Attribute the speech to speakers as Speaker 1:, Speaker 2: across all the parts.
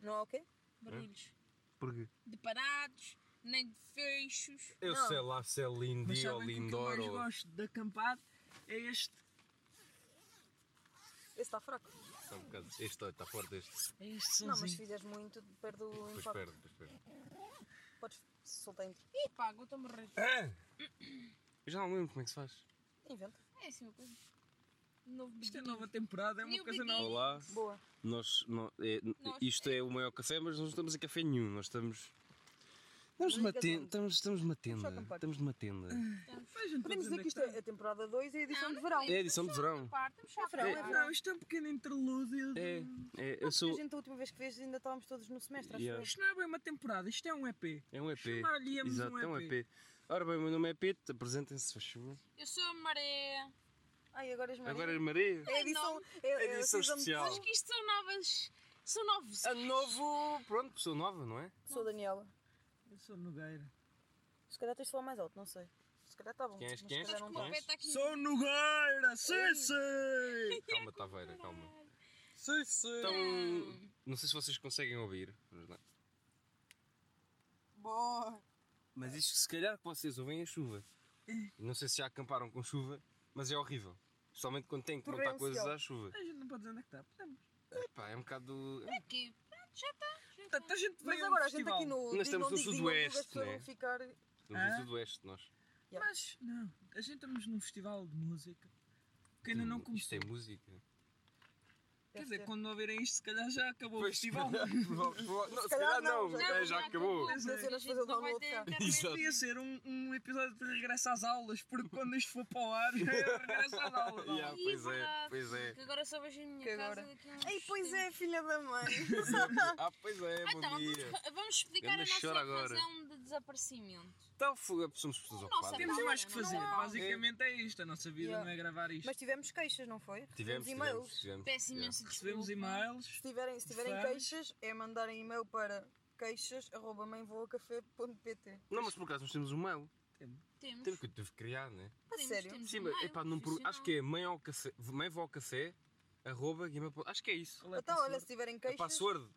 Speaker 1: Não há o quê?
Speaker 2: Barulhos
Speaker 3: Porquê?
Speaker 2: de parados, nem de fechos.
Speaker 1: Eu Não. sei
Speaker 4: lá se é
Speaker 5: Mas
Speaker 4: Lindy
Speaker 5: sabem que o que eu mais gosto de acampar é este.
Speaker 1: Esse está fraco.
Speaker 4: Este está forte, este.
Speaker 5: É este
Speaker 1: Não, mas se
Speaker 5: sonzinho.
Speaker 1: fizeres muito, perde o
Speaker 4: Depois
Speaker 1: impacto.
Speaker 4: perde, depois perde.
Speaker 1: Podes soltar em ti.
Speaker 2: Ih, pá, eu estou a morrer.
Speaker 3: Eu já não lembro como é que se faz.
Speaker 1: Inventa.
Speaker 2: É assim uma coisa. Novo
Speaker 5: Isto é
Speaker 2: biquíni.
Speaker 5: nova temporada, é
Speaker 2: E
Speaker 5: uma
Speaker 2: o
Speaker 5: coisa
Speaker 2: biquíni?
Speaker 5: nova.
Speaker 3: Olá,
Speaker 1: Boa.
Speaker 3: nós, nó- é,
Speaker 2: Nós-
Speaker 3: isto é o maior café, mas nós não estamos em café nenhum, nós estamos. Estamos numa
Speaker 1: Liga
Speaker 3: tenda,
Speaker 1: de-
Speaker 3: estamos, estamos numa
Speaker 1: Só
Speaker 3: tenda,
Speaker 1: acampar.
Speaker 3: estamos numa tenda.
Speaker 5: Uhum. Vejam
Speaker 1: Podemos
Speaker 5: todos onde
Speaker 1: dizer que isto
Speaker 3: então.
Speaker 5: está.
Speaker 1: é a temporada 2 e a edição
Speaker 2: Ah, Não,
Speaker 1: de
Speaker 2: não
Speaker 1: verão.
Speaker 3: É a edição de verão.
Speaker 2: Pá, estamos já a
Speaker 1: verão,
Speaker 2: falar.
Speaker 1: é verão.
Speaker 5: Não, isto é um pequeno interlúdio. de-
Speaker 3: É, é, eu
Speaker 1: Porque
Speaker 3: sou.
Speaker 1: A gente, a última vez que vês, ainda estávamos todos no semestre, acho
Speaker 3: Yeah.
Speaker 1: eu.
Speaker 5: Isto não é bem uma temporada, isto é um EP.
Speaker 3: É um EP.
Speaker 5: Chamar-lhe-íamos
Speaker 3: Exato,
Speaker 5: um
Speaker 3: é um
Speaker 5: EP.
Speaker 3: EP. Ora bem, o meu nome é Pete, apresentem-se, se faz favor.
Speaker 2: Eu sou a maré.
Speaker 1: Ai, agora és
Speaker 3: Agora é
Speaker 1: Maria.
Speaker 3: Maria.
Speaker 1: É a edição, é, é a
Speaker 3: Edição
Speaker 1: season-
Speaker 3: especial.
Speaker 2: Acho que isto são novas. São novos.
Speaker 3: A novo. Pronto, pessoa nova, não é?
Speaker 1: Sou a Daniela.
Speaker 5: Eu sou Nogueira.
Speaker 1: Se calhar tens de falar mais alto, não sei. Se calhar está bom.
Speaker 3: Quem és,
Speaker 1: mas
Speaker 3: quem
Speaker 1: se
Speaker 3: és?
Speaker 1: calhar
Speaker 2: Acho que o
Speaker 1: não
Speaker 2: meu pé está aqui.
Speaker 5: Sou Nogueira! Sim, sim!
Speaker 4: Calma, Taveira, calma.
Speaker 5: Sim, sim!
Speaker 3: Então, não sei se vocês conseguem ouvir, mas não. é?
Speaker 1: Boa.
Speaker 3: Mas isto se calhar que vocês ouvem é chuva. Não sei se já acamparam com chuva, mas é horrível. Somente quando tem que montar
Speaker 1: Torrencial.
Speaker 3: coisas à chuva.
Speaker 5: A gente não pode dizer onde é que está. Podemos.
Speaker 3: Epá, é um bocado. é um-
Speaker 2: Aqui. Pronto, já está.
Speaker 5: Portanto, a gente
Speaker 1: tá. Mas
Speaker 5: veio a um
Speaker 1: agora, a gente
Speaker 5: festival.
Speaker 1: aqui no.
Speaker 3: Nós
Speaker 1: diz-
Speaker 3: estamos
Speaker 1: não
Speaker 3: no
Speaker 1: diz- diz- não
Speaker 3: sudoeste,
Speaker 1: diz- as pessoas
Speaker 3: né?
Speaker 1: vão ficar.
Speaker 3: Estamos
Speaker 5: Ah.
Speaker 3: no sudoeste, nós.
Speaker 1: Yeah.
Speaker 5: Mas, não, a gente estamos num festival de música que ainda não
Speaker 3: Isto
Speaker 5: começou.
Speaker 3: é música.
Speaker 5: Quer dizer, quando ouvirem isto, se calhar já acabou o festival.
Speaker 3: não, se
Speaker 1: calhar
Speaker 3: calhar
Speaker 1: não,
Speaker 3: não,
Speaker 1: já
Speaker 3: já, acabou.
Speaker 1: Mas
Speaker 5: é.
Speaker 1: ser nós fazer o download cá.
Speaker 3: Exato.
Speaker 5: Podia ser um, um episódio de regresso às aulas, porque quando isto for para o ar, é regresso às aulas.
Speaker 3: Yeah. Ah, pois é, pois é.
Speaker 2: Que agora só vejo a minha
Speaker 1: Que
Speaker 2: casa
Speaker 1: agora?
Speaker 2: daqui a uns
Speaker 1: Ei, pois é,
Speaker 2: tempos.
Speaker 1: filha da mãe.
Speaker 3: Ah, pois é,
Speaker 2: Ah,
Speaker 3: bom
Speaker 2: Então,
Speaker 3: dia.
Speaker 2: vamos, vamos explicar a
Speaker 3: Ganda
Speaker 2: nossa
Speaker 3: choro agora.
Speaker 2: razão de desaparecimento.
Speaker 3: Então, fogo, somos pessoas
Speaker 2: Nossa,
Speaker 3: ocupadas.
Speaker 5: Temos mais que
Speaker 2: Não,
Speaker 5: fazer,
Speaker 2: não.
Speaker 5: basicamente é isto. A nossa vida
Speaker 1: Yeah.
Speaker 5: não é gravar isto.
Speaker 1: Mas tivemos queixas, não foi?
Speaker 3: Tivemos,
Speaker 1: e-mails.
Speaker 3: tivemos, tivemos.
Speaker 2: Peço
Speaker 3: Yeah.
Speaker 2: imensa desculpa.
Speaker 5: Recebemos e-mails.
Speaker 1: Se tiverem, se tiverem
Speaker 5: Fãs.
Speaker 1: queixas, é mandarem e-mail para queixas.mãevoacafé.pt.
Speaker 3: Não, mas por acaso nós temos um mail.
Speaker 2: Temos.
Speaker 3: Teve que eu tive que criar, né?
Speaker 1: A
Speaker 2: Temos-
Speaker 1: sério?
Speaker 2: temos
Speaker 3: Sim,
Speaker 2: um
Speaker 3: mas
Speaker 2: e-mail
Speaker 3: epá, não pro-
Speaker 2: profissional.
Speaker 3: acho que é mãe ao café, mãe vó ao café, arroba, gmail ponto- acho que é isso.
Speaker 5: Qual é a
Speaker 1: Então, olha,
Speaker 5: password?
Speaker 1: se tiverem
Speaker 3: A
Speaker 1: queixas,
Speaker 3: password.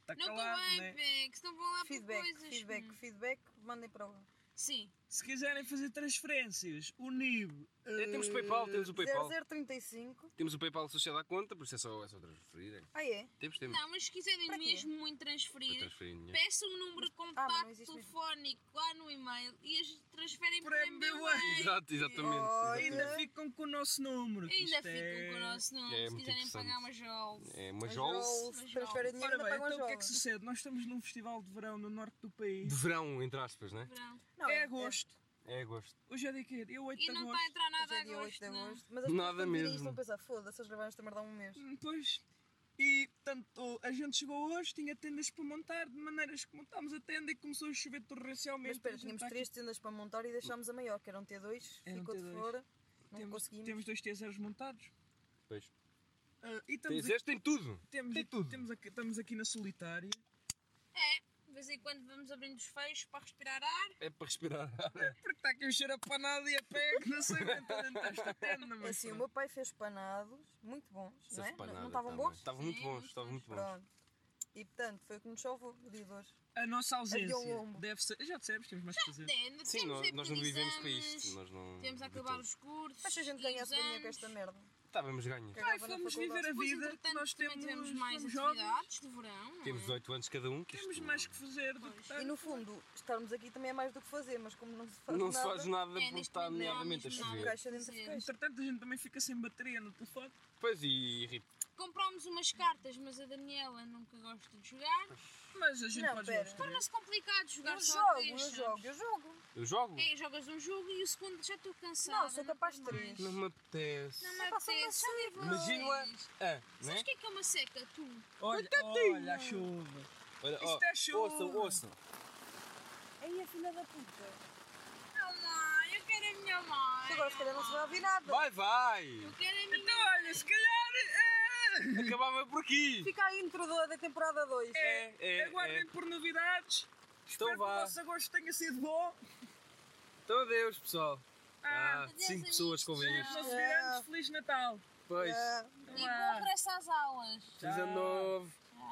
Speaker 5: Está
Speaker 2: Não
Speaker 5: calado,
Speaker 2: estou bem,
Speaker 5: né?
Speaker 2: Beck. Estão bom lá por
Speaker 1: feedback,
Speaker 2: coisas.
Speaker 1: feedback,
Speaker 2: Hum.
Speaker 1: feedback, mandem para lá.
Speaker 2: Sim.
Speaker 5: Se quiserem fazer transferências, o NIB.
Speaker 3: É, temos
Speaker 5: eh,
Speaker 3: PayPal, temos o PayPal.
Speaker 1: 0035.
Speaker 3: Temos o PayPal associado à conta, por isso é só, é só transferir. é.
Speaker 1: Ah, é?
Speaker 3: Temos, temos.
Speaker 2: Não, mas se quiserem
Speaker 1: Para quê? Ah,
Speaker 2: mesmo muito
Speaker 3: Para
Speaker 2: transferir,
Speaker 3: transferir dinheiro.
Speaker 2: peçam um número de
Speaker 1: mas não
Speaker 2: contacto
Speaker 1: existe mesmo.
Speaker 2: telefónico lá no e-mail e as transferem
Speaker 5: Por
Speaker 2: para
Speaker 5: MBWay.
Speaker 2: MBWay.
Speaker 3: Exato, exatamente.
Speaker 1: Olha.
Speaker 5: Oh, Ainda ficam com o nosso número. que
Speaker 2: Ainda
Speaker 5: isto é-
Speaker 2: ficam com o nosso nome
Speaker 3: É
Speaker 2: se
Speaker 3: muito
Speaker 2: quiserem
Speaker 3: interessante.
Speaker 2: pagar uma jol.
Speaker 3: É uma
Speaker 1: Mas
Speaker 3: jolse
Speaker 1: ou se transferem dinheiro,
Speaker 5: Ora
Speaker 1: ainda
Speaker 5: bem,
Speaker 1: pagam
Speaker 5: então o que é que
Speaker 1: jogos.
Speaker 5: sucede? Nós estamos num festival de verão no norte do
Speaker 3: de
Speaker 5: país.
Speaker 3: verão, entre aspas, né?
Speaker 2: Verão.
Speaker 1: Não,
Speaker 5: é agosto.
Speaker 3: É agosto.
Speaker 5: Hoje é dia que é? Dia 8
Speaker 2: E
Speaker 5: de
Speaker 2: não está a
Speaker 5: agosto.
Speaker 2: entrar
Speaker 1: Hoje
Speaker 2: nada
Speaker 1: é
Speaker 2: a
Speaker 1: dia 8 de
Speaker 2: gosto, não.
Speaker 1: agosto. Mas as
Speaker 3: Nada
Speaker 1: pessoas vão ver isto
Speaker 3: mesmo.
Speaker 1: e vão pensar, foda-se, eles gravaram esta merda há um mês.
Speaker 5: Hum, Pois. E, portanto, a gente chegou hoje, tinha tendas para montar, de maneiras que montámos a tenda e começou a chover torrencialmente.
Speaker 1: Mas
Speaker 5: A
Speaker 1: espera,
Speaker 5: gente
Speaker 1: tínhamos
Speaker 5: está aqui-
Speaker 1: três tendas para montar e deixámos a maior, que era um T2,
Speaker 5: Era um
Speaker 1: ficou de
Speaker 5: T2.
Speaker 1: fora, não
Speaker 5: Temos,
Speaker 1: conseguimos.
Speaker 5: temos dois T0s montados.
Speaker 3: Pois.
Speaker 5: Ah, e estamos
Speaker 3: Tens
Speaker 5: aqui,
Speaker 3: este, tem tudo.
Speaker 5: temos,
Speaker 3: tem tudo.
Speaker 5: temos aqui- estamos aqui na solitária.
Speaker 2: É, de vez em quando vamos abrindo os fechos para respirar Ah, ar.
Speaker 3: É para respirar.
Speaker 5: Porque está aqui um cheiro a panada e a pé que não sei quem está dentro desta tenda.
Speaker 1: É
Speaker 5: Mas
Speaker 1: assim, o
Speaker 5: pronto.
Speaker 1: meu pai fez panados, muito bons, não é?
Speaker 3: serve para
Speaker 1: Não-
Speaker 3: nada
Speaker 1: não estavam
Speaker 3: também.
Speaker 1: bons?
Speaker 3: Estavam muito
Speaker 2: Sim,
Speaker 3: bons,
Speaker 2: muito
Speaker 3: estavam
Speaker 2: bons.
Speaker 3: muito bons.
Speaker 1: Pronto. E portanto, foi o que nos salvou o dia de hoje.
Speaker 5: A nossa ausência
Speaker 1: Havia um lombo.
Speaker 5: deve ser. Já dissemos, temos mais que fazer.
Speaker 2: É, ainda
Speaker 3: Sim,
Speaker 2: temos
Speaker 3: nós,
Speaker 2: aí
Speaker 3: nós não
Speaker 2: pequenos
Speaker 3: vivemos para
Speaker 2: exames,
Speaker 3: isto. Nós não,
Speaker 2: Temos a
Speaker 3: de
Speaker 2: acabar
Speaker 3: todo.
Speaker 2: os cursos.
Speaker 1: Acho que a gente
Speaker 2: e
Speaker 1: ganhasse
Speaker 2: exames.
Speaker 1: dinheiro com esta merda.
Speaker 3: Estávamos ganhos.
Speaker 1: Cagava
Speaker 5: Ai,
Speaker 1: na
Speaker 5: fomos
Speaker 1: faculdade.
Speaker 5: viver a
Speaker 2: Depois,
Speaker 5: vida.
Speaker 2: entretanto,
Speaker 5: Nós
Speaker 2: também
Speaker 5: temos,
Speaker 2: tivemos mais
Speaker 5: fomos jovens,
Speaker 2: atividades de verão. não
Speaker 3: Temos
Speaker 2: é?
Speaker 3: 18 anos cada um. que isto
Speaker 5: Temos mais que fazer do que
Speaker 1: E
Speaker 5: tanto.
Speaker 1: no fundo, estarmos aqui também é mais do que fazer, mas como não se faz
Speaker 3: Não se
Speaker 1: nada,
Speaker 3: faz nada
Speaker 2: É,
Speaker 3: porque
Speaker 2: neste
Speaker 3: está
Speaker 2: momento não,
Speaker 3: nomeadamente a
Speaker 2: neste momento
Speaker 3: chover.
Speaker 2: não.
Speaker 1: caixa dentro de
Speaker 2: Sim.
Speaker 1: caixa.
Speaker 5: Entretanto, a gente também fica sem bateria no telefone.
Speaker 3: Pois e irrita.
Speaker 2: Comprámos umas cartas, mas a Daniela nunca gosta de jogar.
Speaker 5: Mas a gente
Speaker 1: Não,
Speaker 5: pode
Speaker 1: pera.
Speaker 5: jogar.
Speaker 3: é.
Speaker 2: Torna-se complicado jogar
Speaker 1: Eu
Speaker 2: só
Speaker 1: jogo,
Speaker 2: três.
Speaker 1: eu jogo, eu jogo.
Speaker 3: Eu jogo?
Speaker 2: É, jogas um jogo e o segundo já estou cansado.
Speaker 1: Não, sou capaz de três.
Speaker 3: Não me apetece.
Speaker 2: Não me
Speaker 1: Epá, são
Speaker 2: apetece. Já
Speaker 1: maçãs.
Speaker 2: vivo
Speaker 3: Imagina-a.
Speaker 2: dois.
Speaker 3: Ah, não
Speaker 2: Sabes
Speaker 3: é?
Speaker 2: o que é que é uma seca? Tu.
Speaker 5: Olha, olha a chuva.
Speaker 3: Olha,
Speaker 5: Isto é chuva.
Speaker 3: Ouçam, ouçam.
Speaker 1: Aí a filha da puta.
Speaker 2: Não, mãe, eu quero a minha mãe.
Speaker 1: Agora se calhar não se vai ouvir nada.
Speaker 3: Vai, vai!
Speaker 2: Eu quero a minha
Speaker 5: Então, olha, se eh, calhar.
Speaker 3: Acabava por aqui.
Speaker 1: Fica a intro do- da temporada 2.
Speaker 5: É,
Speaker 3: É,
Speaker 5: é,
Speaker 3: é,
Speaker 5: aguardem
Speaker 3: é.
Speaker 5: por novidades.
Speaker 3: Então
Speaker 5: Espero que o
Speaker 3: vá.
Speaker 5: vosso agosto tenha sido bom.
Speaker 3: Então adeus, pessoal.
Speaker 5: Ah,
Speaker 3: Ah,
Speaker 2: adeus,
Speaker 3: 5 pessoas com
Speaker 5: Sejam os
Speaker 3: isto.
Speaker 5: nossos
Speaker 1: Yeah.
Speaker 5: virantes. Feliz Natal.
Speaker 3: Pois.
Speaker 1: Ah.
Speaker 2: E bom regresso às aulas.
Speaker 5: Tchau.
Speaker 3: 19.